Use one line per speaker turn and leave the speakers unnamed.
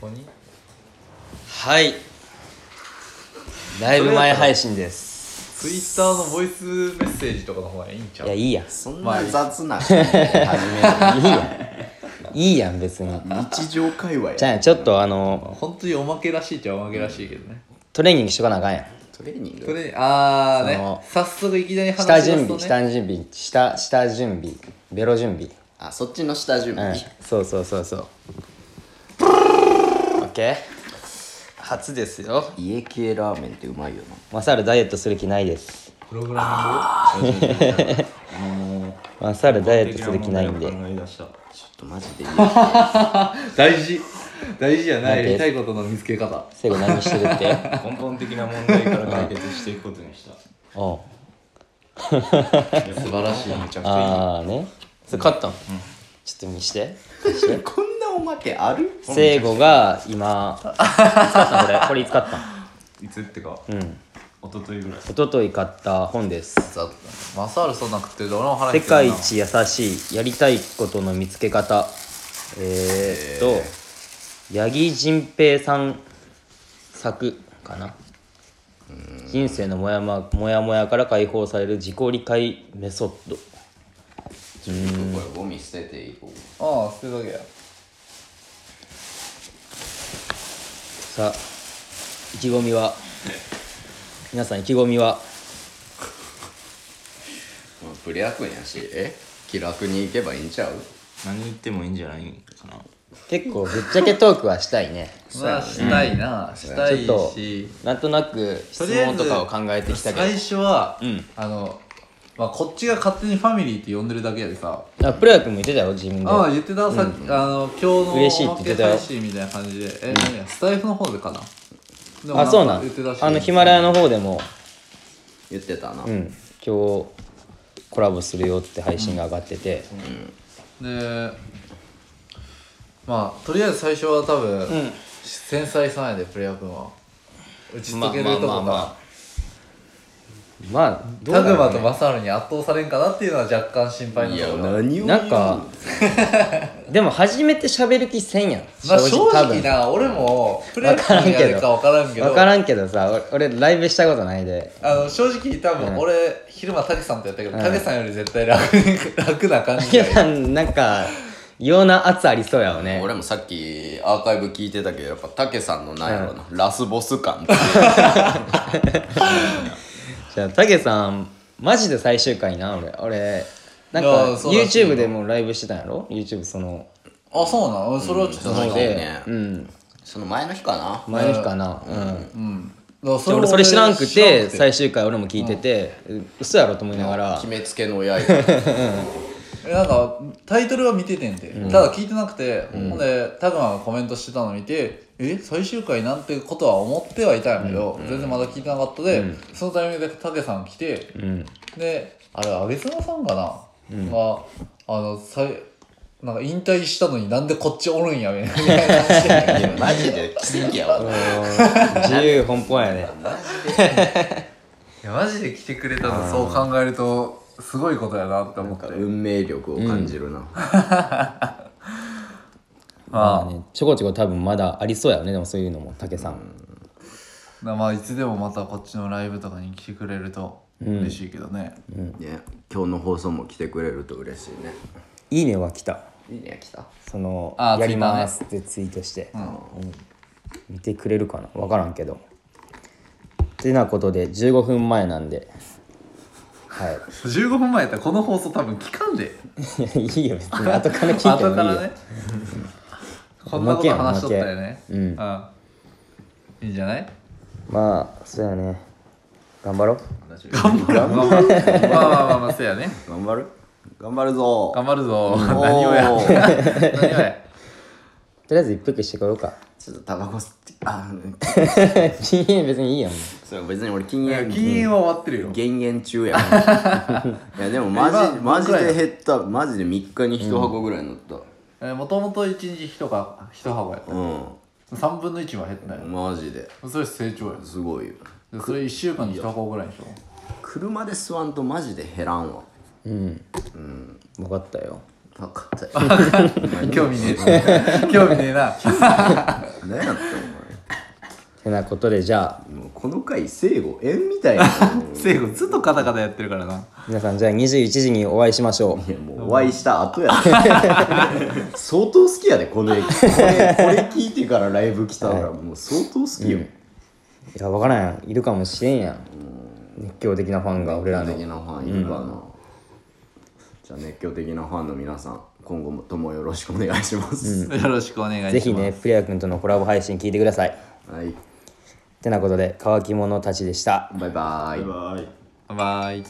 ここに
はいライブ前配信です
ツイッターのボイスメッセージとかの方がいいんちゃ
いうやいいや
そんな雑な始める
いいやいいやん別に
の日常会話
じゃ
や
あちょっとあの
本当におまけらしいっちゃおまけらしいけどね、
トレーニングしとかなあかんやん
トレーニン
そ
グ
れああ
そ
ね
の
早速いきなり話し
下
出す
準
と
備
ね
下準備下下準備ベロ準備
あそっちの下準
う
備
ん
ね
そうそうそうそうオッケー初ですよ
家系ラーメンってうまいよ
マサルダイエットする気ないです
プログラミング
マサルダイエットする気ないんで
考え出した
なちょっとマジで 家系
大事大事じゃな
なん
い
て
やりたいことの見つけ方
セグ何してるって
根本的な問題から解決していくことにした
おう
素晴らしい
めちゃくちゃいい
ああねそれ買ったん、ちょっと見して
こんなおまけある
聖子が今いつ買ったんこれこれいつ買ったん
いつってか
うん
一昨日ぐらい
一昨日買った本です
だったマサールそんな食ってると俺も
「
腹
世
減ってるな
界一優しいやりたいことの見つけ方」えー、っと八木仁平さん作かな人生のモヤ,、ま、モヤモヤから解放される自己理解メソッド
ちょっとこれゴミ捨てていこう
ああ捨てるだけや
さあ意気込みは皆さん意気込みは
もうプレア君やしえ気楽に行けばいいんちゃう
何言ってもいいんじゃないかな
結構ぶっちゃけトークはしたいね
まあしたいな、したい
ちょっと
し
なんとなく質問とかを考えてきたけ
最初は、
ん
あの、まあ、こっちが勝手にファミリーって呼んでるだけやでさ、
どあプレヤ君も言ってたよ自分で
ああ言ってたさっき、あの今日の
嬉しいって言ってたよ
配信みたいな感じでえ、何やスタイフの方でかなでも
あそうなん
か言ってたし
あのヒマラヤの方でも、
言ってたな、
うん、今日コラボするよって配信が上がってて、
でまあとりあえず最初は多分、
ん
繊細さんやでプレイヤー君は打ち
まあ
解けるとこが、
まあまあままあどうだ
タグ
ろ
マ
う
とマサルに圧倒されんかなっていうのは若干心配ないと
や
ころ
何を言う
な んかでも初めて喋る気せんやん、
まあ、
正
正
直多
直
分
な俺もプレイヤー
わから
君
んけ
や
ど
るか分からんけど
分からんけどさ俺俺ライブしたことないで
あの正直多分俺、昼間タケさんとやったけど、タケさんより絶対楽楽な感じ
い
だよ
やなんか異様な圧ありそうやわね
俺もさっきアーカイブ聞いてたけどやっぱタケさんのなんやろな、ラスボス感
じゃあたけさんマジで最終回な俺俺なん
いや
か
ーそうらしいよ
YouTube でもうライブしてたんやろ YouTube その
あそうなのそれはちょっと
うん
なん
そ
か
う
で、
ね
うん
その前の日かな
前の日かなうん、
うんだから
で
は
俺それ知らんく
知らん
て最終回俺も聞いてて、嘘やろと思いながら
決めつけの刃
えなんかタイトルは見ててんて、ただ聞いてなくて、ほんでタグマがコメントしてたの見てえ最終回なんてことは思ってはいたんやけど、全然まだ聞いてなかったで、そのタイミングでタケさん来て、
うん
であれ上妻さんかな、があのさいなんか引退したのになんでこっちおるんやみたいな 感じで
いやマジで奇跡やわ
自由奔放 やね
いやマジで来てくれたのそう考えるとすごいことやなって思って
運命力を感じるな、
まあ
ま
ねちょこちょこ多分まだありそうやよねでもそういうのもたけさん
あ、なまあいつでもまたこっちのライブとかに来てくれると嬉しいけどね、
ね今日の放送も来てくれると嬉しいね
「いいね」は来た
いいね来た
その
あー
やりますってツイートして、うん見てくれるかな分からんけどてなことで15分前なんではい
15分前やったらこの放送多分聞かんで
いやいいよ別に後から聞いてもい
後
いよ
からねこんなこと話しとったよね
おまけやんお
うんいいんじゃない
まあそうやね頑張ろう
頑張る頑張るまあまあまあまあそうやね
頑張る頑張るぞ
頑張るぞ
お
何をや
ー
何をや
とりあえず一服してこようか
ちょっとタバコ吸ってあ
禁煙別にいいやんも
そう別に俺禁煙
禁煙は終わってるよ
減塩 中やんいやでもマジ
今
マジ
今くら
で
い
減ったマジで3日に1箱ぐらい乗った
えーもともと1日1箱一箱やっ
うん、
た3分の1は減ってない
マジで
それ成長や
すごいよ
でそれ1週間に1箱ぐらいでしょ
車で吸わんとマジで減ら んわ
う分かったよ
分かったよ
興味ねえ興味ねえな
何やって
てなことでじゃあ
お前もうこの回聖護縁みたいない
聖子ずっとカタカタやってるからな
皆さんじゃあ21時にお会いしましょう
やもうお会いした後や相当好きやで この駅これこれ聞いてからライブ来たからもう相当好きよ、
いや分からんやんいるかもしれんやん熱狂的なファンが俺ら
熱狂的
の
なファンいるかな、じゃあ熱狂的なファンの皆さん今後もともよろしくお願いします、
よろしくお願いします
ぜひねプレイヤー君とのコラボ配信聞いてください
はい
てなことで乾き者たちでした
バイバイ
バイ。
バイ